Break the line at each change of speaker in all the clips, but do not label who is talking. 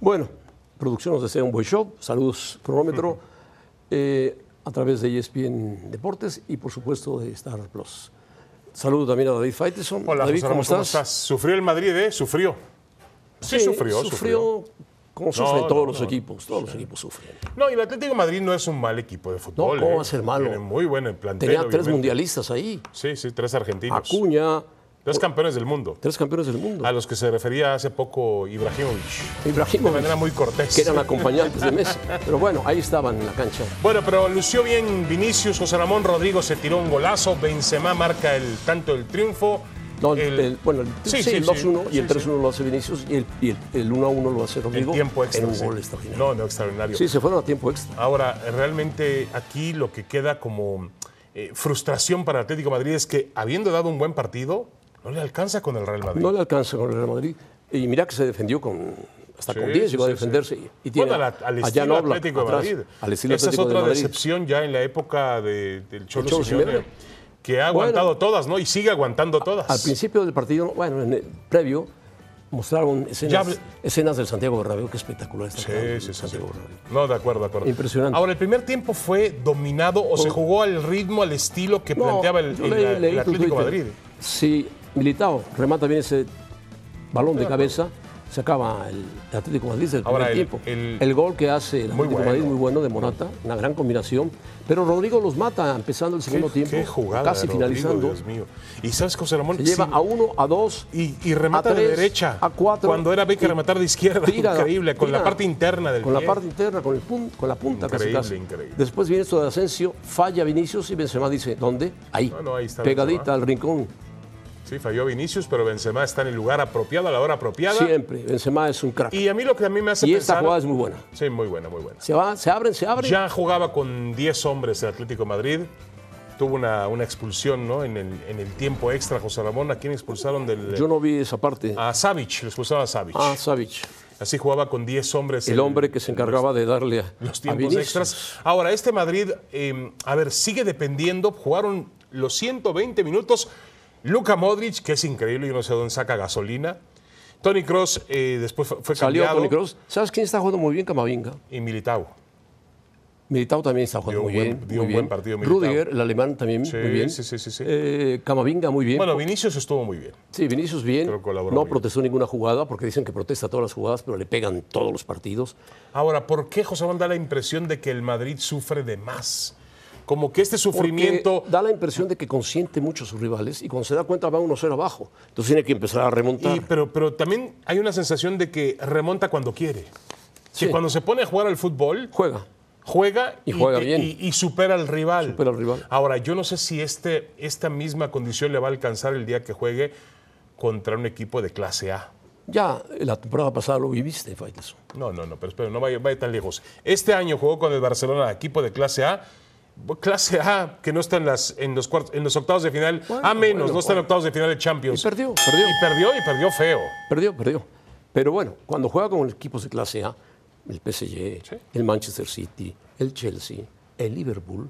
Bueno, producción nos desea un buen show. Saludos, cronómetro, eh, a través de ESPN Deportes y, por supuesto, de Star Plus. Saludo también a David Faiteson.
Hola,
David,
José Ramón, ¿cómo estás? ¿Sufrió el Madrid, eh? Sufrió. Sí, sufrió,
Sufrió como sufren
No,
todos
no,
los
no.
equipos. Todos los equipos sufren.
No, y el Atlético de Madrid no es un mal equipo de fútbol.
No, ¿cómo
¿eh?
va a ser malo?
Tiene muy buen plantel.
Tenía tres
obviamente.
mundialistas ahí.
Sí, sí, tres argentinos.
Acuña,
Tres campeones del mundo.
tres campeones del mundo.
A los que se refería hace poco Ibrahimovic. De
Ibrahimovic,
manera muy cortés.
que eran acompañantes de Messi. Pero bueno, ahí estaban en la cancha.
Bueno, pero lució bien Vinicius, José Ramón Rodrigo se tiró un golazo, Benzema marca el tanto del triunfo.
No, el- el- bueno, el,
Sí,
sí,
sí,
el
sí.
2-1 y el
Sí,
3-1 lo hace Vinicius y el, y el- el 1-1 lo hace
el
Rodrigo
tiempo extra.
en un
sí.
gol extraordinario.
No, no, extraordinario.
Sí, se fueron a tiempo extra.
Ahora, realmente aquí lo que queda como eh, frustración para Atlético de Madrid es que habiendo dado un buen partido, no le alcanza con el Real Madrid.
No le alcanza con el Real Madrid. Y mira que se defendió con hasta
Sí,
con 10
sí,
llegó a
sí,
defenderse.
sí.
Y tiene
Bueno, al-
a-
al
a
estilo
Jan Oblak
Atlético de
atrás,
Madrid.
al estilo
Esa
Atlético
es
de
otra
Madrid.
decepción ya en la época de- del Cholo,
Cholo
Simeone,
Simeone.
que ha aguantado todas, ¿no? Y sigue aguantando todas.
Al principio del partido, bueno, en el previo, mostraron escenas,
habl-
escenas del Santiago Bernabéu, que espectacular está.
Sí,
el
sí, sí, sí.
Santiago Bernabéu.
No, de acuerdo, de acuerdo.
Impresionante.
Ahora, el primer tiempo fue dominado o se jugó al ritmo, al estilo que
No,
planteaba el,
yo
el-
leí-
el
leí tu
Atlético de
Twitter.
Madrid.
Si Militao remata bien ese balón de cabeza, se acaba el Atlético de Madrid del
Ahora,
primer
el-
tiempo.
el-
El, gol que hace el Atlético
Muy
de Madrid,
bueno.
muy bueno, de Morata, una gran combinación. Pero Rodrigo los mata empezando el segundo
Qué,
tiempo,
qué jugada,
casi
de Rodrigo,
finalizando.
Dios mío. Y sabes, José Ramón,
Se lleva
Sí,
a uno, a dos,
y, y remata
a
de
tres,
derecha.
a cuatro,
Cuando era Becker
y
rematar de izquierda.
tira-
increíble, con la
tira-
parte interna del
con la
pie.
parte interna, con, el pun- con la punta casi,
Increíble,
casi.
increíble.
Después viene esto de Asensio, falla Vinicius y Benzema dice, ¿dónde? Ahí,
No, no, ahí está
pegadita
Benzema.
al rincón.
Sí, falló Vinicius, pero Benzema está en el lugar apropiado, a la hora apropiada.
Siempre, Benzema es un crack. Y,
Y a mí lo que a mí me hace
esta
pensar...
jugada es muy buena.
Sí, muy buena, muy buena.
Se, va, se abren, se abren.
Ya jugaba con 10 hombres el Atlético de Madrid. Tuvo una, una expulsión ¿no? en, el, en el tiempo extra, José Ramón. ¿A quién expulsaron del.?
Yo no vi esa parte.
A Savic, le expulsaron a Savic.
Ah, Savic,
Así jugaba con 10 hombres.
el hombre que se encargaba de darle a,
Los
a
tiempos
Vinicius.
extras. Ahora, este Madrid, eh, a ver, sigue dependiendo. Jugaron los 120 minutos. Luka Modric, que es increíble, yo no sé dónde saca gasolina. Tony Cross después fue, fue
Salió
cambiado.
Toni Kroos. ¿Sabes quién está jugando muy bien? Camavinga.
Y Militao.
Militao también está jugando
Dio
muy
un buen-
bien.
dio
muy
un
bien.
buen partido Militao.
Rudiger, el alemán, también
Sí,
muy bien.
sí, sí, sí, sí.
Eh, Camavinga muy bien.
Bueno, Vinicius estuvo muy bien.
Sí, Vinicius bien.
Creo que colaboró
No
bien.
protestó ninguna jugada porque dicen que protesta todas las jugadas, pero le pegan todos los partidos.
Ahora, ¿por qué José Ramón da la impresión de que el Madrid sufre de más? Como que este
Porque
sufrimiento.
da la impresión de que consiente mucho a sus rivales y cuando se da cuenta va 1-0 abajo. Entonces tiene que empezar a remontar.
y- pero, pero también hay una sensación de que remonta cuando quiere.
Sí.
Que cuando se pone a jugar al fútbol,
Juega.
juega
Y juega
te-
bien.
y- y supera al rival.
Supera al rival.
Ahora, yo no sé si este, esta misma condición le va a alcanzar el día que juegue contra un equipo de clase A.
Ya eh, la temporada pasada lo viviste, Faitelson.
No, no, no, pero espera, no vaya, vaya tan lejos. Este año jugó con el Barcelona, equipo de clase A. Clase A, que no está en, las, en, los, cuart- en los octavos de final,
Bueno,
a menos,
bueno,
no está en
bueno.
octavos de final de Champions.
Y perdió, perdió.
Y perdió, y perdió feo.
Perdió, perdió. Pero bueno, cuando juega con equipos de clase A, el PSG, el Manchester City, el Chelsea, el Liverpool,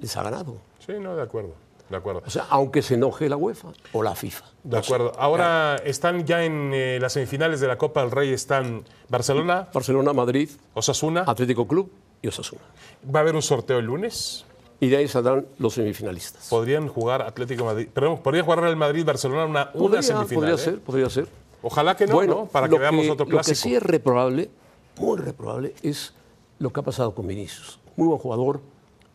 les ha ganado.
Sí, no, de acuerdo, de acuerdo.
O sea, aunque se enoje la UEFA o la FIFA.
De acuerdo. Ahora están ya en eh, las semifinales de la Copa del Rey, están Barcelona,
Barcelona, Madrid,
Osasuna.
Atlético Club y Osasuna.
Va a haber un sorteo el lunes.
Y de ahí saldrán los semifinalistas.
Podrían jugar Atlético Madrid, perdón, podrían jugar Real Madrid, Barcelona, una, una semifinal.
podría
¿eh?
ser, podría ser.
Ojalá que no, ¿no? Para que
lo
veamos
Lo
otro
que
clásico.
sí es reprobable, muy reprobable, es lo que ha pasado con Vinicius. Muy buen jugador,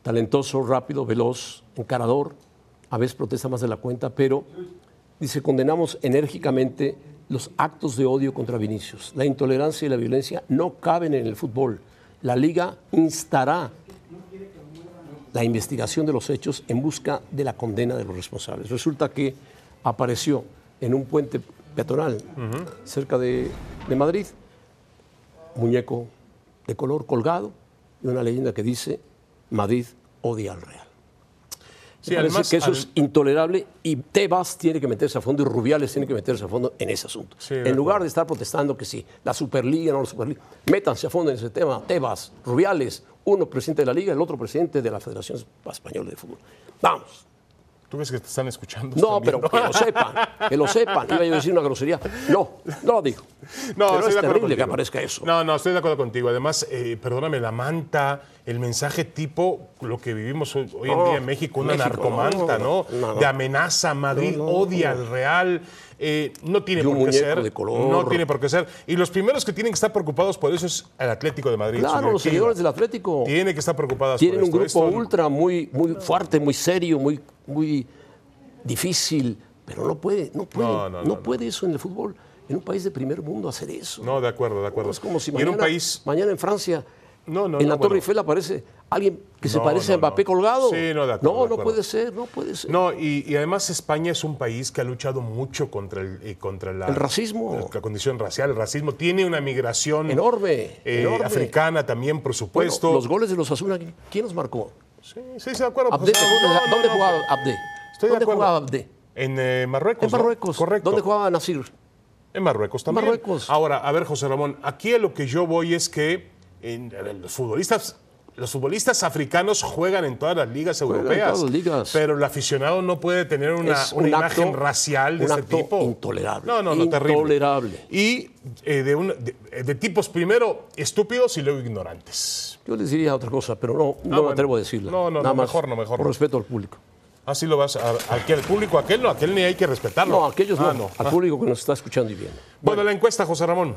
talentoso, rápido, veloz, encarador. A veces protesta más de la cuenta, pero dice, condenamos enérgicamente los actos de odio contra Vinicius. La intolerancia y la violencia no caben en el fútbol. La liga instará la investigación de los hechos en busca de la condena de los responsables. Resulta que apareció en un puente peatonal cerca de, de Madrid, muñeco de color colgado y una leyenda que dice Madrid odia al Real.
Sí,
Me parece
además,
que eso
al-
es intolerable y Tebas tiene que meterse a fondo y Rubiales tiene que meterse a fondo en ese asunto.
Sí, de
en
acuerdo.
lugar de estar protestando que sí, la Superliga, no la Superliga, métanse a fondo en ese tema. Tebas, Rubiales, uno presidente de la Liga, el otro presidente de la Federación Española de Fútbol. Vamos.
¿Tú ves que te están escuchando?
No,
Pues
pero
también,
que lo sepan. que lo sepan. Iba yo a decir una grosería. No, no lo digo.
No,
Pero
estoy
es
de acuerdo
terrible que
contigo.
aparezca eso.
No, no, estoy de acuerdo contigo. Además, eh, perdóname, la manta, el mensaje tipo, lo que vivimos hoy, hoy en
No,
día en México, una
Oh, México,
narcomanta,
no,
¿no?
no, no.
De amenaza, Madrid odia al Real. eh, no tiene
Y un
por qué
muñeco
ser.
de color.
No tiene por qué ser. Y los primeros que tienen que estar preocupados por eso es el Atlético de Madrid.
Claro,
su
los
directiva.
seguidores del Atlético
Tienen que estar preocupadas
tienen
por
un
esto.
grupo
Esto-
ultra muy, muy fuerte, muy serio, muy, muy difícil. Pero no puede, no puede,
No,
no,
no, no, no.
puede eso en el fútbol. En un país de primer mundo hacer eso.
No, de acuerdo, de acuerdo.
Es como si
y en
mañana,
un país.
mañana en Francia,
No, no,
en
no,
la Torre
bueno.
Eiffel aparece alguien que se
No,
parece
no,
a Mbappé
no.
colgado.
Sí, no, de acuerdo, de
no,
acuerdo.
no puede ser, no puede ser.
No, y, y además España es un país que ha luchado mucho contra el, eh, contra la,
El racismo.
la condición racial, el racismo. Tiene una migración
Enorme,
eh,
enorme.
africana también, por
Bueno,
supuesto.
los goles de los Asuna, ¿quién los marcó?
Sí, sí, sí, de acuerdo.
Abdé,
Pues, no, no, no,
¿dónde
no.
jugaba Abdé?
Estoy de
¿Dónde
acuerdo.
jugaba Abdé?
En eh, Marruecos.
En
¿no?
Marruecos.
Correcto.
¿Dónde jugaba Nasir?
En Marruecos también.
Marruecos.
Ahora, a ver, José Ramón, aquí a lo que yo voy es que en- a ver, los futbolistas. Los futbolistas africanos juegan en todas las ligas
en
europeas,
todas las ligas.
pero el aficionado no puede tener una,
Es
una
un acto-
imagen racial de
un
este
acto
tipo.
intolerable.
No, no, no, terrible.
Intolerable.
Y eh, de, un- de- de tipos primero estúpidos y luego ignorantes.
Yo les diría otra cosa, pero no, no
Ah, bueno.
me atrevo a decirla.
No, no,
Nada
no,
más
mejor no, mejor
Por
no.
respeto al público.
Así lo vas a, aquí al público, aquel no, aquel ni hay que respetarlo.
No, a aquellos
Ah,
no, al público que nos está escuchando y viendo.
Bueno, la encuesta, José Ramón.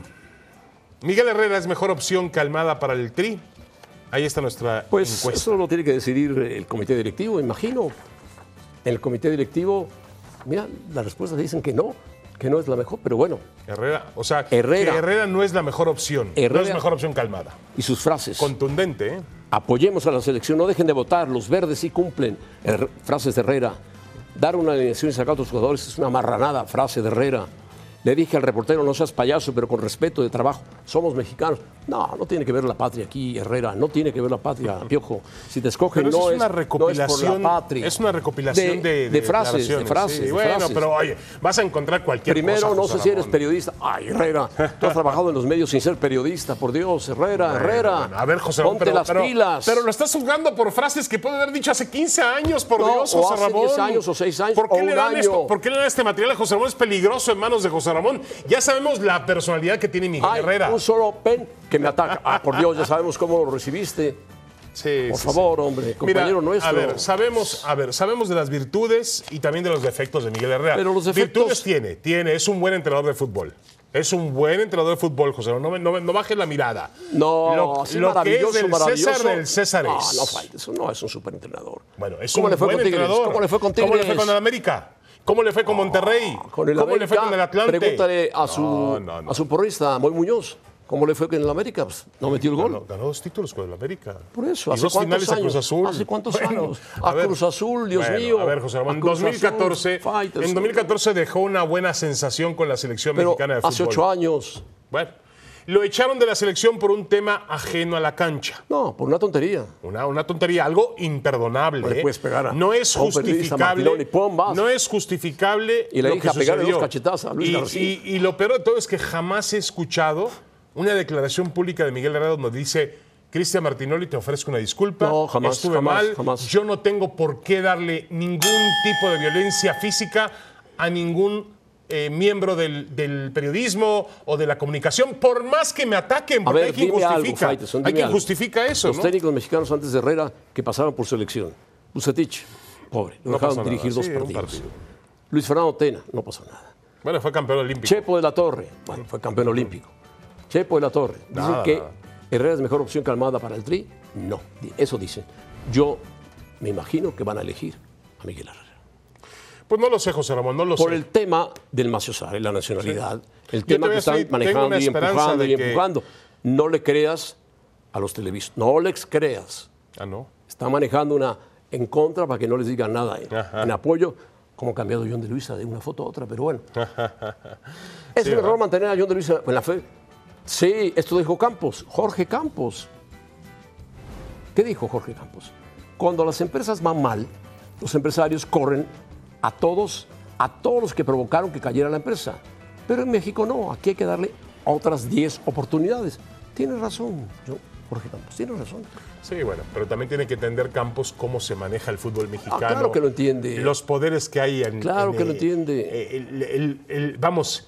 Miguel Herrera es mejor opción calmada para el tri. Ahí está nuestra
Pues
encuesta.
eso lo tiene que decidir el comité directivo, imagino. En el comité directivo, mira, las respuestas dicen que no, que no es la mejor, pero bueno,
Herrera, o sea,
Herrera.
que Herrera no es la mejor opción. No
Herrera.
es mejor opción calmada.
y sus frases.
Contundente, ¿eh?
Apoyemos a la selección, no dejen de votar, los verdes sí cumplen. Her- frases de Herrera. Dar una alineación y sacar a otros jugadores es una marranada, frase de Herrera. Le dije al reportero, no seas payaso, pero con respeto de trabajo, somos mexicanos. No, no tiene que ver la patria aquí, Herrera, no tiene que ver la patria, Piojo. Si te escogen,
Pero eso
no,
es una
no por la
recopilación.
patria.
es una recopilación de, de
frases, de
declaraciones,
frases.
sí.
de
bueno,
frases.
pero oye, vas a encontrar cualquier
Primero,
cosa,
no
José
sé si eres
Ramón.
periodista. Ay, Herrera, tú has trabajado en los medios sin ser periodista, por Dios, Herrera, Herrera.
Bueno, a ver, José Ramón,
Ah, Ponte
pero,
las
pero-
pilas.
pero lo estás juzgando por frases que puede haber dicho hace 15 años, por
No,
Dios,
o
José
hace
Ramón.
10 años, o 6 años,
¿Por qué,
o
le
un
dan
año.
esto- ¿Por qué le dan este material a José Ramón? Es peligroso en manos de José Ramón. Ya sabemos la personalidad que tiene Miguel
Ay,
Herrera.
un solo pen que me ataca. Ah, por Dios, ya sabemos cómo lo recibiste.
Sí,
Por
sí,
favor,
sí.
hombre,
Mira,
compañero nuestro.
A ver, sabemos, a ver, sabemos de las virtudes y también de los defectos de Miguel Herrera.
Pero los defectos-
Virtudes tiene, tiene, es un buen entrenador de fútbol. Es un buen entrenador de fútbol, José. Ramón. No, me- no, me- no bajes la mirada.
No,
lo,
así
lo que es
maravilloso,
del
maravilloso.
César del César
No,
es.
no, Fay, eso no es un superentrenador.
Bueno, es
¿Cómo
un
le fue
buen
con Tigres?
entrenador.
¿Cómo le fue con Tigres?
¿Cómo le fue con el América? ¿Cómo le fue con Monterrey?
Con el
¿Cómo le fue
América,
con el Atlante?
Pregúntale a su,
No, no, no.
a su porrista, Moy Muñoz, ¿cómo le fue con el América? Pues, no metió el gol.
Ganó, ganó dos títulos con el América.
Por eso,
Y
¿hace
dos
cuántos
finales a Cruz
años?
Azul.
¿Hace cuántos años?
a
A Cruz Azul, Dios
bueno,
mío.
A ver, José Ramón,
A Cruz
2014,
Azul, Fighters.
en 2014 dejó una buena sensación con la selección
Pero
mexicana de fútbol.
hace ocho años.
Bueno, lo echaron de la selección por un tema ajeno a la cancha.
No, por una tontería.
Una, una tontería, algo imperdonable.
No le
¿eh?
puedes pegar a-
no es
a un periodista Martinoli,
justificable.
pum, vas.
No es justificable.
Y le
lo
dije
que
a pegarle
sucedió.
dos cachetazos a Luis
y,
García.
y- y lo peor de todo es que jamás he escuchado una declaración pública de Miguel Herrera donde dice: Cristian Martinoli, te ofrezco una disculpa.
No, jamás,
Estuve
jamás,
mal.
jamás.
Yo no tengo por qué darle ningún tipo de violencia física a ningún. eh, miembro del, del periodismo o de la comunicación, por más que me ataquen, porque
ver,
hay quien
dime algo,
justifica,
Faitelson,
hay
dime
quien
algo.
justifica eso.
Los
¿no?
técnicos mexicanos antes de Herrera que pasaron por selección. Bucetich, pobre, lo
No
dejaron
pasó nada,
dirigir dos
sí, un
partidos.
partido.
Luis Fernando Tena, no pasó nada.
Bueno, fue campeón olímpico.
Chepo de la Torre, bueno, fue campeón olímpico. Chepo de la Torre, dicen
Nada,
que
nada.
Herrera es mejor opción calmada para el Tri. No, di- eso dicen. Yo me imagino que van a elegir a Miguel Herrera.
Pues no lo sé, José Ramón, no lo
Por
sé.
el tema del Maciosare, la nacionalidad, el
Yo
tema
te voy a
que están
decir, tengo
manejando
una
y
esperanza
empujando
de
y
que-
empujando. No le creas a los televisores, no les creas.
Ah, no.
está manejando una en contra para que no les digan nada en,
Ajá.
en apoyo, como ha cambiado John de Luisa de una foto a otra, pero bueno. es un error mantener a John de Luisa en la fe. Sí, esto dijo Campos, Jorge Campos. ¿Qué dijo Jorge Campos? Cuando las empresas van mal, los empresarios corren a todos, a todos los que provocaron que cayera la empresa. Pero en México no, aquí hay que darle otras 10 oportunidades. Tiene razón, yo. Jorge Campos. Tiene razón.
Sí, bueno, pero también tiene que entender Campos cómo se maneja el fútbol mexicano.
Ah, claro que lo entiende.
Los poderes que hay en.
Claro
en,
que
eh,
lo entiende.
el- el- el- vamos,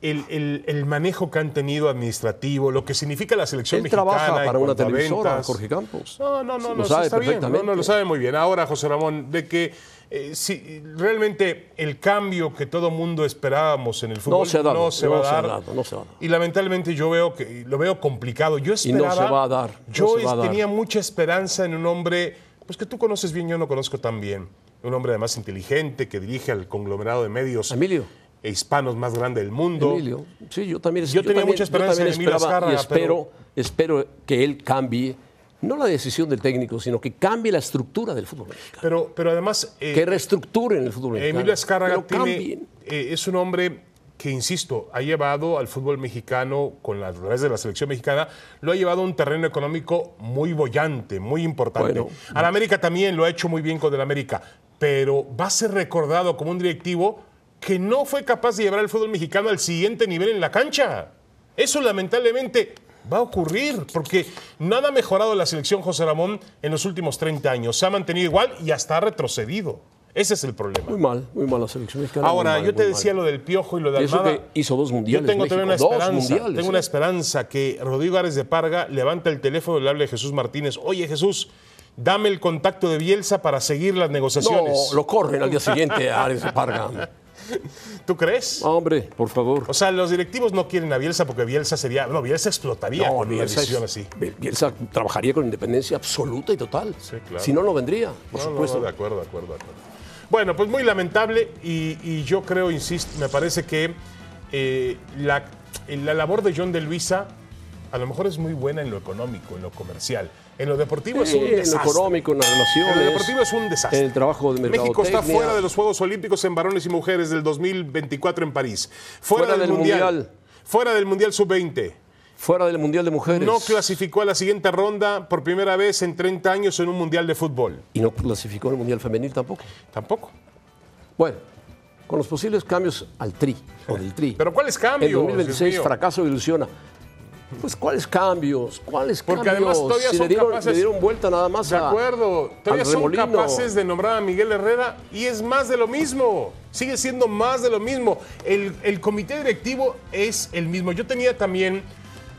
el, el- el manejo que han tenido administrativo, lo que significa la selección
Él
mexicana.
trabaja
en
para una
cuanto a
televisora,
ventas.
Jorge Campos.
No, no, no,
Lo
no, sí
sabe
está bien,
perfectamente.
no, no, lo sabe muy bien. Ahora, José Ramón, de que eh, si realmente el cambio que todo mundo esperábamos en el fútbol
se ha dado,
se
no
va a
se ha
dar.
dado, no se ha dado.
Y lamentablemente yo veo que lo veo complicado. Yo
Y no se
esperaba,
va a dar, no
Yo
se va a dar.
tenía mucha esperanza en un hombre, pues que tú conoces bien, yo no conozco tan bien. Un hombre además inteligente que dirige al conglomerado de medios
Emilio.
e hispanos más grande del mundo.
Emilio, sí, yo también,
Yo tenía
también-
mucha esperanza
también
en Emilio
esperaba y
Azcárraga,
espero, espero que él cambie, no la decisión del técnico, sino que cambie la estructura del fútbol mexicano.
Pero, pero además. eh,
Que reestructuren el fútbol mexicano.
Emilio Azcárraga
que lo
tiene,
cambien.
eh, es un hombre que, insisto, ha llevado al fútbol mexicano, con la, a través de la selección mexicana, lo ha llevado a un terreno económico muy bollante, muy importante.
Bueno.
a la América también lo ha hecho muy bien con el América, pero va a ser recordado como un directivo que no fue capaz de llevar al fútbol mexicano al siguiente nivel en la cancha. Eso lamentablemente va a ocurrir, porque nada ha mejorado la selección José Ramón en los últimos 30 años. Se ha mantenido igual y hasta ha retrocedido. Ese es el problema.
Muy mal, muy mal la selección mexicana.
Ahora,
muy mal,
yo te
muy
decía
mal.
lo del Piojo y lo de
Eso
Almada.
que hizo dos mundiales
Yo tengo
México,
también una
dos
esperanza.
mundiales,
tengo
¿eh?
una esperanza que Rodrigo Ares de Parga levanta el teléfono y le hable a Jesús Martínez. Oye, Jesús, dame el contacto de Bielsa para seguir las negociaciones.
No, lo corren al día siguiente a Ares de Parga.
¿Tú crees?
Hombre, por favor.
O sea, los directivos no quieren a Bielsa porque Bielsa sería. No, Bielsa explotaría con una
Bielsa es-
decisión así.
Bielsa trabajaría con independencia absoluta y total.
Sí, claro.
Si no, no vendría, por
No, no,
supuesto.
no, de acuerdo, de acuerdo, de acuerdo. Bueno, pues muy lamentable y, y yo creo, insisto, me parece que eh, la, la labor de John de Luisa a lo mejor es muy buena en lo económico, en lo comercial. En lo deportivo
Sí,
es Pues, un
en lo
desastre.
económico, en las relaciones.
En lo deportivo es un desastre.
En el trabajo de
México está
mercadotecnia.
fuera de los Juegos Olímpicos en varones y mujeres del 2024 en París. Fuera,
Fuera
del,
del
mundial.
Mundial.
Fuera del Mundial Sub-20.
Fuera del Mundial de Mujeres.
No clasificó a la siguiente ronda por primera vez en 30 años en un Mundial de fútbol.
y no clasificó al Mundial Femenil tampoco.
Tampoco.
Bueno, con los posibles cambios al tri o del tri.
¿Pero cuáles
En
cambios? Dios
2026
mío?
fracaso ilusiona. Pues cuáles cambios, cuáles
Porque
cambios.
además todavía
Si
son
le dieron,
capaces-
le dieron vuelta nada más
De
a-
acuerdo, todavía
al
son
remolino.
capaces de nombrar a Miguel Herrera y es más de lo mismo. Sigue siendo más de lo mismo. El, el comité directivo es el mismo. Yo tenía también,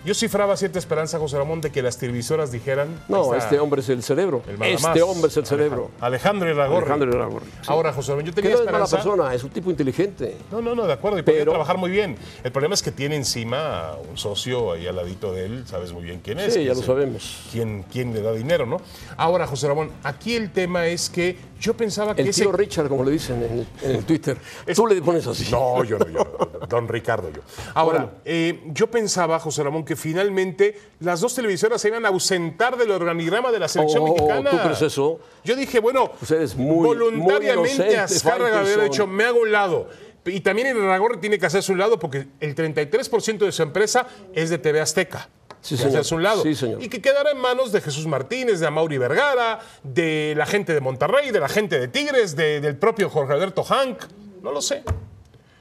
yo cifraba cierta esperanza, José Ramón, de que las televisoras dijeran.
No,
ahí está,
este hombre es el cerebro.
el Badamás,
este hombre es el cerebro.
Alejandro Iragorri.
Alejandro Iragorri, sí.
Ahora, José Ramón, yo
Que
tenía
no es mala
esperanza.
persona, es un tipo inteligente.
No, no, no, de acuerdo, y puede
Pero-
trabajar muy bien. El problema es que tiene encima a un socio ahí al ladito de él, sabes muy bien quién es.
Sí,
que
ya
es
lo
el-
sabemos.
¿Quién, quién le da dinero, ¿no? Ahora, José Ramón, aquí el tema es que yo pensaba que
El
ese...
tío Richard, como le dicen en el, en el Twitter. Tú le pones así.
No, yo no, yo no, Don Ricardo, yo. Ahora, eh, yo pensaba, José Ramón, que finalmente las dos televisoras se iban a ausentar del organigrama de la selección
Oh,
mexicana.
¿tú crees eso?
Yo dije, bueno,
Pues eres muy- muy
voluntariamente
inocente,
Azcárraga había
Faitelson.
dicho, me hago un lado. Y también el Ragorri tiene que hacerse un lado porque el 33% de su empresa es de TV Azteca.
Sí,
Que
señor.
hacerse un lado.
Sí, señor.
Y que quedara en manos de Jesús Martínez, de Amauri Vergara, de la gente de Monterrey, de la gente de Tigres, de- del propio Jorge Alberto Hank. No lo sé.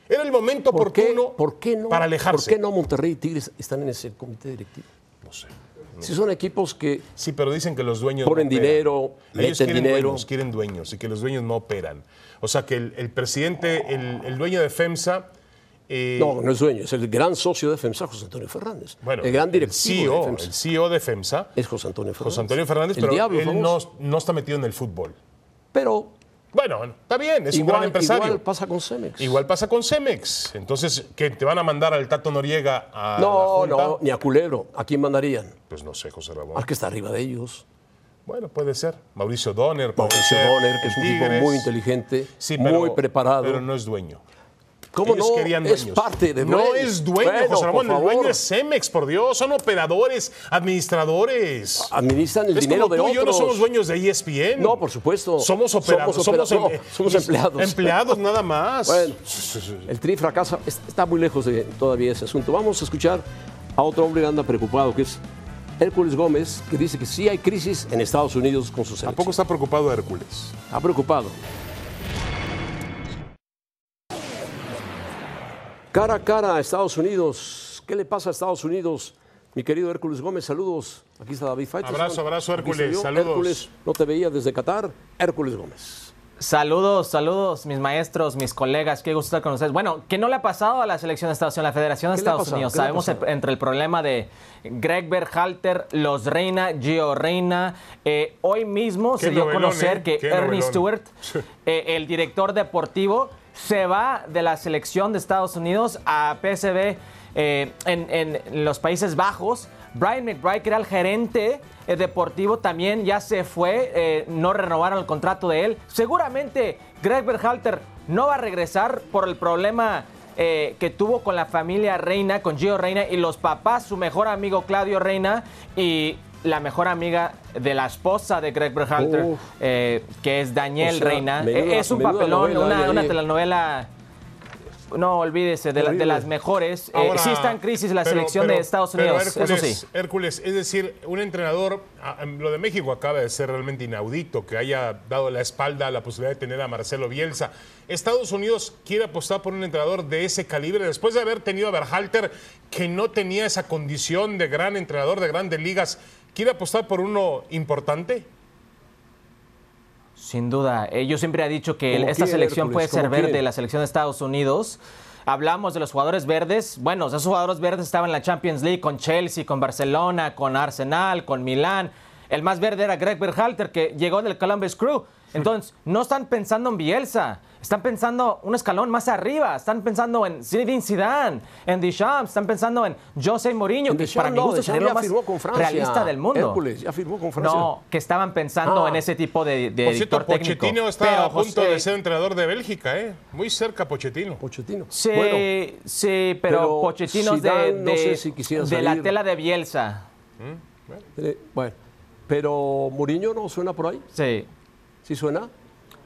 Era el momento
¿Por qué,
oportuno
por qué no?
para alejarse.
¿Por qué no Monterrey y Tigres están en ese comité directivo?
No sé.
Si son equipos que
Sí, pero dicen que los dueños.
Ponen
operan.
dinero,
Ellos
meten
quieren
dinero.
Dueños, quieren dueños y que los dueños no operan. O sea, que el, el presidente, el, el dueño de FEMSA. eh,
No, no es dueño, es el gran socio de FEMSA, José Antonio Fernández.
bueno,
el gran directivo
CEO,
de FEMSA
el CEO de FEMSA,
es José Antonio Fernández.
José Antonio Fernández,
el
pero
diablo,
él no,
famoso.
no está metido en el fútbol.
Pero
Bueno, está bien, es un gran
igual,
empresario.
igual pasa con Cemex.
Igual pasa con Cemex. Entonces, ¿que te van a mandar al Tato Noriega a
No,
ah, la junta?
no, ni a Culebro. ¿A quién mandarían?
Pues no sé, José
Al
Ramón.
que está arriba de ellos.
Bueno, puede ser. Mauricio Donner. puede
Mauricio
ser,
Bonner, que es un
el
tipo
Tigres.
muy inteligente,
Sí,
muy
pero-
preparado.
Pero no es dueño.
¿Cómo
Ellos
no?
querían
Es
dueños.
parte de
No
dueños.
es dueño,
Bueno,
José
por
Ramón. El
favor.
dueño es Cemex, por Dios. Son operadores, administradores.
Administran Ah, el
es
dinero
como
de
tú y yo no
otros.
somos dueños de E ESPN.
No, por supuesto.
Somos
Somos
operadores. Somos,
opera-
em-
no, somos empleados.
Empleados nada más.
Bueno. El tri fracasa, es- está muy lejos de todavía ese asunto. Vamos a escuchar a otro hombre que anda preocupado, que es Hércules Gómez, que dice que sí hay crisis en Estados Unidos con sus selección.
Tampoco está preocupado Hércules.
Está preocupado. Cara a cara a Estados Unidos. ¿Qué le pasa a Estados Unidos? Mi querido Hércules Gómez, saludos. Aquí está David Faitelson.
Abrazo, abrazo,
Aquí estoy
Hércules,
yo.
saludos.
Hércules, no te veía desde Qatar. Hércules Gómez.
Saludos, saludos, mis maestros, mis colegas, qué gusto estar con ustedes. Bueno, ¿qué no le ha pasado a la selección de Estados Unidos, a la Federación de
¿Qué le ha
Estados
pasado?
Unidos?
¿Qué le ha
Sabemos
pasado?
el- entre el problema de Greg Berhalter, Los Reina, Gio Reina. eh, hoy mismo
Qué
se dio a
novelón,
conocer
¿eh?
que
Qué
Ernie
novelón.
Stewart,
Sí.
eh, el director deportivo, se va de la selección de Estados Unidos a PSV eh, en, en los Países Bajos. Brian McBride, que era el gerente eh, deportivo, también ya se fue. eh, no renovaron el contrato de él. Seguramente Greg Berhalter no va a regresar por el problema eh, que tuvo con la familia Reina, con Gio Reina y los papás, su mejor amigo Claudio Reina y la mejor amiga de la esposa de Greg Berhalter,
Uf.
eh, que es
O
Daniel. Daniel
sea,
Reina.
menuda-
Eh, es un
menuda
papelón,
novela hay
una,
ahí.
una telenovela. No olvídese, de, la- de
Horrible.
las mejores. Eh,
Ahora,
sí está en crisis la
pero-
selección
pero-
de Estados
pero
Unidos, eso
Hércules,
sí.
Hércules, es decir, un entrenador, ah, em, lo de México acaba de ser realmente inaudito, que haya dado la espalda a la posibilidad de tener a Marcelo Bielsa. Estados Unidos quiere apostar por un entrenador de ese calibre, después de haber tenido a Berhalter, que no tenía esa condición de gran entrenador de grandes ligas, ¿quiere apostar por uno importante?
Sin duda. Eh, yo siempre he dicho que
¿Cómo
esta
quién,
selección
Hércules?
puede ser
¿Cómo quién?
verde, la selección de Estados Unidos. Hablamos de los jugadores verdes. Bueno, esos jugadores verdes estaban en la Champions League con Chelsea, con Barcelona, con Arsenal, con Milán. El más verde era Greg Berhalter, que llegó del Columbus Crew. Entonces, no están pensando en Bielsa. Están pensando un escalón más arriba. Están pensando en Zinedine Zidane, en Deschamps. Están pensando en José Mourinho, que
Deschamps
para mi
no,
gusto
Deschamps
sería lo
ya
más
firmó con Francia.
realista del mundo.
Hércules, ya firmó con Francia.
No, que estaban pensando
Ah.
en ese tipo de, de
Por cierto,
Eh, director técnico.
Pochettino está
Pero
a punto
José-
de ser entrenador de Bélgica, ¿eh? Muy cerca Pochettino.
Pochettino.
Sí,
Bueno,
sí, pero,
pero
Pochettino es
Zidane,
de,
no
de-
sé si quisiera
de la
salir.
tela de Bielsa.
eh, bueno, pero Mourinho no suena por ahí.
Sí.
¿Sí suena?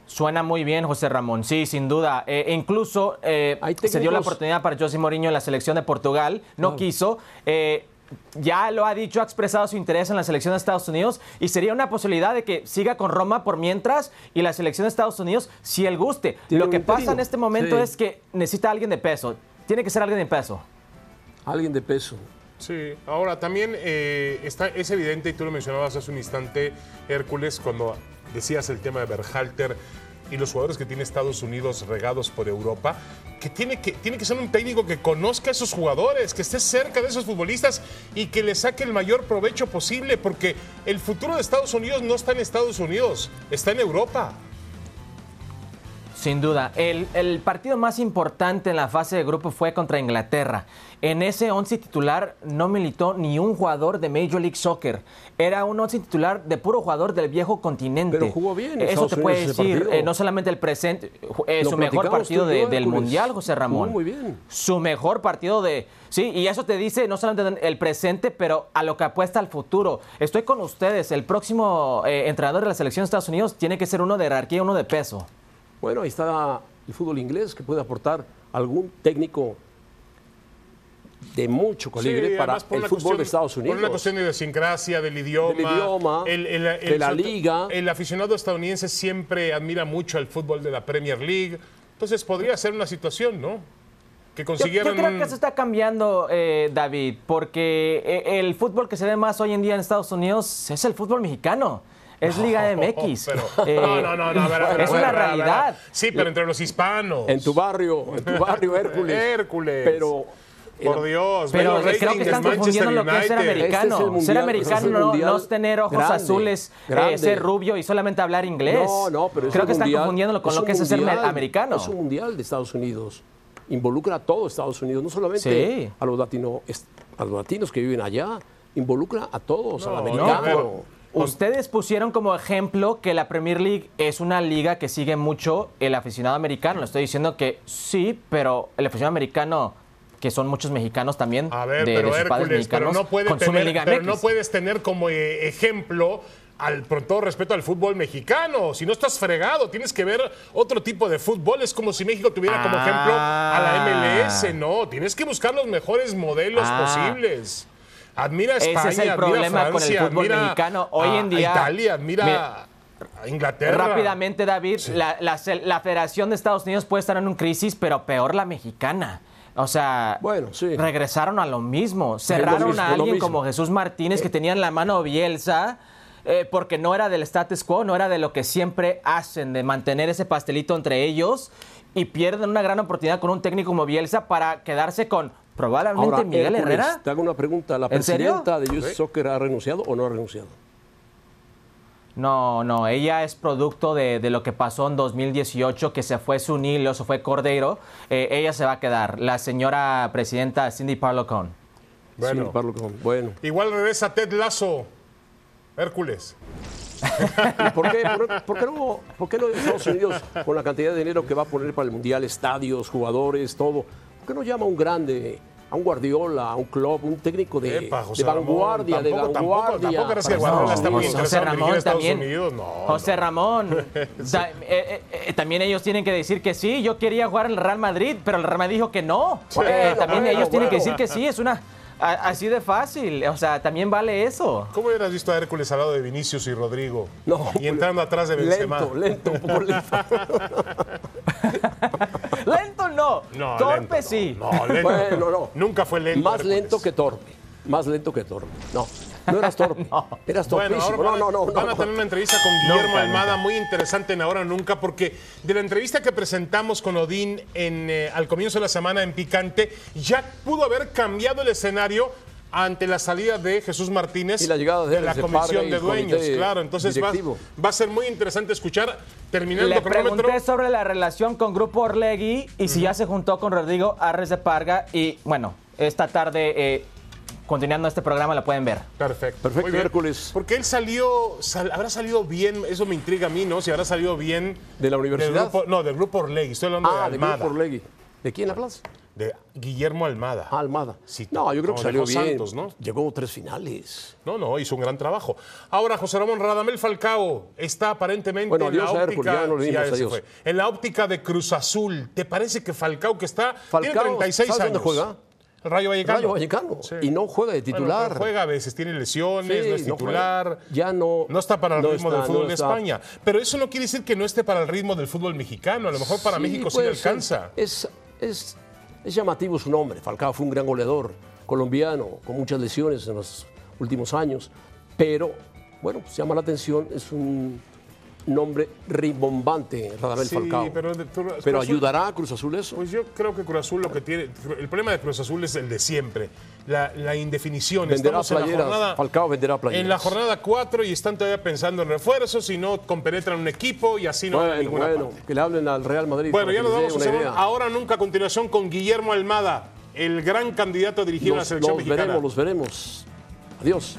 Suena muy bien, José Ramón. Sí, sin duda. Eh, incluso eh,
Hay
se dio
técnicos-
la
Ah.
oportunidad para José Mourinho en la selección de Portugal. No quiso. Eh, ya lo ha dicho, ha expresado su interés en la selección de Estados Unidos y sería una posibilidad de que siga con Roma por mientras y la selección de Estados Unidos si él guste.
Tiene
Lo
un
que pasa en
interino.
este momento
Sí.
es que necesita alguien de peso. Tiene que ser alguien de peso.
Alguien de peso.
Sí, ahora también eh, está, es evidente, y tú lo mencionabas hace un instante, Hércules, cuando decías el tema de Berhalter y los jugadores que tiene Estados Unidos regados por Europa, que tiene, que tiene que ser un técnico que conozca a esos jugadores, que esté cerca de esos futbolistas y que le saque el mayor provecho posible, porque el futuro de Estados Unidos no está en Estados Unidos, está en Europa.
Sin duda. El, el partido más importante en la fase de grupo fue contra Inglaterra. En ese once titular no militó ni un jugador de Major League Soccer. Era un once titular de puro jugador del viejo continente.
Pero jugó bien
Eso
Estados
te puede
Unidos ese
decir,
partido.
eh, no solamente el presente, ju- eh,
Lo
su mejor
platicamos
partido
tú y yo,
de- del
Hércules.
Mundial, José
Jugó
Ramón.
muy bien.
Su mejor partido de... Sí, y eso te dice no solamente el presente, pero a lo que apuesta al futuro. Estoy con ustedes. El próximo eh, entrenador de la selección de Estados Unidos tiene que ser uno de jerarquía, uno de peso.
Bueno, ahí está el fútbol inglés que puede aportar algún técnico de mucho calibre
Sí,
para el
además
fútbol
por
de
una cuestión-
Estados Unidos.
Por una cuestión de idiosincrasia, del idioma.
Del idioma, de la liga.
El aficionado estadounidense siempre admira mucho al fútbol de la Premier League. Entonces podría ser una situación, ¿no? Que
Yo, yo
consiguieran.
creo
un-
que eso está cambiando, eh, David, porque eh, el fútbol que se ve más hoy en día en Estados Unidos es el fútbol mexicano. Es Liga MX.
Oh, Pero-
Eh,
no, no, no, no, a ver, a ver,
es
a ver,
una
a ver, a ver.
realidad.
Sí, pero entre los hispanos.
En tu barrio, en tu barrio, Hércules.
Hércules.
Pero
Por Dios, ve
Pero
los
creo
ratings
que
del
están
Manchester
confundiendo lo que es ser
United.
americano.
americano.
Este es el mundial,
ser
este es
americano
el
no,
mundial
no es tener ojos
grande,
azules, eh,
grande.
ser rubio y solamente hablar inglés.
No, no, pero es
creo
un
que están
mundial-
confundiéndolo con lo
un
que es ser
mundial,
americano.
Es un mundial de Estados Unidos. Involucra a todo Estados Unidos, no solamente
Sí.
a, los latino, est- a los latinos que viven allá, involucra a todos, al
No,
americano.
no, pero-
Ustedes pusieron como ejemplo que la Premier League es una liga que sigue mucho el aficionado americano. Le estoy diciendo que sí, pero el aficionado americano, que son muchos mexicanos también,
A ver,
de, de
pero
sus padres
Hércules, pero
mexicanos,
no, puede
consumen
tener-
Liga
pero
MX.
no puedes tener como eh, ejemplo, al, por todo respeto al fútbol mexicano. Si no estás fregado, tienes que ver otro tipo de fútbol. Es como si México tuviera
Ah.
como ejemplo a la MLS. No, tienes que buscar los mejores modelos
Ah.
posibles. Admira a
Ese es
España,
el
admira a
problema con el
Francia,
fútbol
admira
mexicano.
a-
Hoy en
a
día-
Italia, admira
Mira,
a Inglaterra.
Rápidamente, David, la, la se- la Federación de Estados Unidos puede estar en un crisis, pero peor la mexicana. O sea,
Bueno, sí.
regresaron a lo mismo. Cerraron
mismo,
a
lo
alguien
mismo. Eh.
como Jesús Martínez que tenían la mano Bielsa. eh, porque no era del status quo, no era de lo que siempre hacen, de mantener ese pastelito entre ellos y pierden una gran oportunidad con un técnico como Bielsa para quedarse con probablemente
Ahora,
Miguel
Hércules,
Herrera.
Te hago una pregunta. ¿La
¿En serio?
presidenta de Youth Soccer ha renunciado o no ha renunciado?
No, no, ella es producto de, de lo que pasó en 2018, que se fue Sunilo, se fue Cordeiro. Eh, ella se va a quedar, la señora presidenta Cindy Parlocon.
Bueno.
Sí, Pablo Cajón. Bueno.
Igual regresa Ted Lazo. Hércules.
¿Y ¿Por qué, por, por qué no, por qué no en Estados Unidos, con la cantidad de dinero que va a poner para el Mundial, estadios, jugadores, todo? ¿Por qué no llama a un grande, a un Guardiola, a un club, un técnico de,
Epa, José
Eh, de vanguardia,
Ramón,
de
tampoco, tampoco,
vanguardia?
tampoco creas que
Para
Guardiola
Estados
está muy
Unidos.
interesado. en dirigir a Estados Unidos, Oh, no,
José Ramón. Da- eh, eh, eh, también ellos tienen que decir que sí. Yo quería jugar en el Real Madrid, pero el Real Madrid dijo que no.
Bueno,
Eh, también
bueno,
ellos tienen que
bueno.
decir que sí. Es una a- así de fácil. O sea, también vale eso.
¿Cómo hubieras visto a Hércules al lado de Vinicius y Rodrigo?
No,
Y entrando atrás de Benzema.
Lento, lento, un poco lento.
Lento no.
No, lento,
Torpe
no.
sí.
No, lento.
Bueno, no.
Nunca fue lento.
Más
Hércules.
lento que torpe. Más lento que torpe. No, no eras torpe. Eras
Bueno,
torpísimo.
ahora van, a-
no, no, no.
van
no.
a tener una entrevista con Guillermo Almada muy interesante en Ahora o Nunca, porque de la entrevista que presentamos con Odín en, eh, al comienzo de la semana en Picante, ya pudo haber cambiado el escenario ante la salida de Jesús Martínez
Y la llegada de
la
Ernest Parga
comisión
y
de
el
dueños.
comité
Claro, entonces va,
directivo.
va a ser muy interesante escuchar, terminando
Le
cronómetro.
pregunté sobre la relación con Grupo Orlegui y si ya se juntó con Rodrigo Arres de Parga. Y bueno, esta tarde, eh, continuando este programa, la pueden ver.
Perfecto.
Perfecto,
muy bien.
Hércules.
Porque él salió, sal- habrá salido bien, eso me intriga a mí, ¿no? Si habrá salido bien.
¿De la
del
universidad?
grupo- no, del grupo Orlegui, estoy hablando de
Ah, de
Almada.
Grupo Orlegui. ¿De quién hablas?
De Guillermo Almada.
Ah, Almada.
Sí,
no, yo creo
no,
que salió
dejó
bien.
Santos, ¿no?
Llegó a tres finales.
No, no, hizo un gran trabajo. Ahora, José Ramón Radamel Falcao está aparentemente
Bueno,
en la
adiós a Hércules,
óptica.
ya no lo
Sí,
vimos,
ya se
adiós.
fue. En la óptica de Cruz Azul. ¿Te parece que Falcao, que está.
Falcao,
tiene 36
¿sabes
años.
dónde juega?
El Rayo Vallecano.
Rayo Vallecano.
Sí.
Y no juega de
Bueno,
titular.
pero juega a veces, tiene lesiones,
Sí,
no es
no
titular.
juega. Ya no-
No está para el
no
ritmo
está,
del fútbol
no
de
está.
España. Pero eso no quiere decir que no esté para el ritmo del fútbol mexicano. A lo mejor para México sí le
puede ser.
alcanza.
Es, es, es llamativo su nombre. Falcao fue un gran goleador colombiano, con muchas lesiones en los últimos años. Pero, bueno, pues llama la atención, es un nombre rimbombante, Radamel
Sí,
Falcao.
pero de- tú-
Pero
Cruz Azul-
ayudará a Cruz Azul eso.
Pues yo creo que Cruz Azul lo que tiene. El problema de Cruz Azul es el de siempre. La, la indefinición.
Venderá
Estamos en la
playeras.
jornada-
Falcao venderá playeras.
En la jornada 4 y están todavía pensando en refuerzos y no compenetran un equipo y así no van a
bueno,
ninguna
bueno,
parte.
que le hablen al Real Madrid.
Bueno,
para
ya
que
nos
les dé
vamos
una
José Ramón.
idea.
Ahora nunca a continuación con Guillermo Almada, el gran candidato a dirigir a la
Los,
selección
los
mexicana.
veremos, los veremos. Adiós.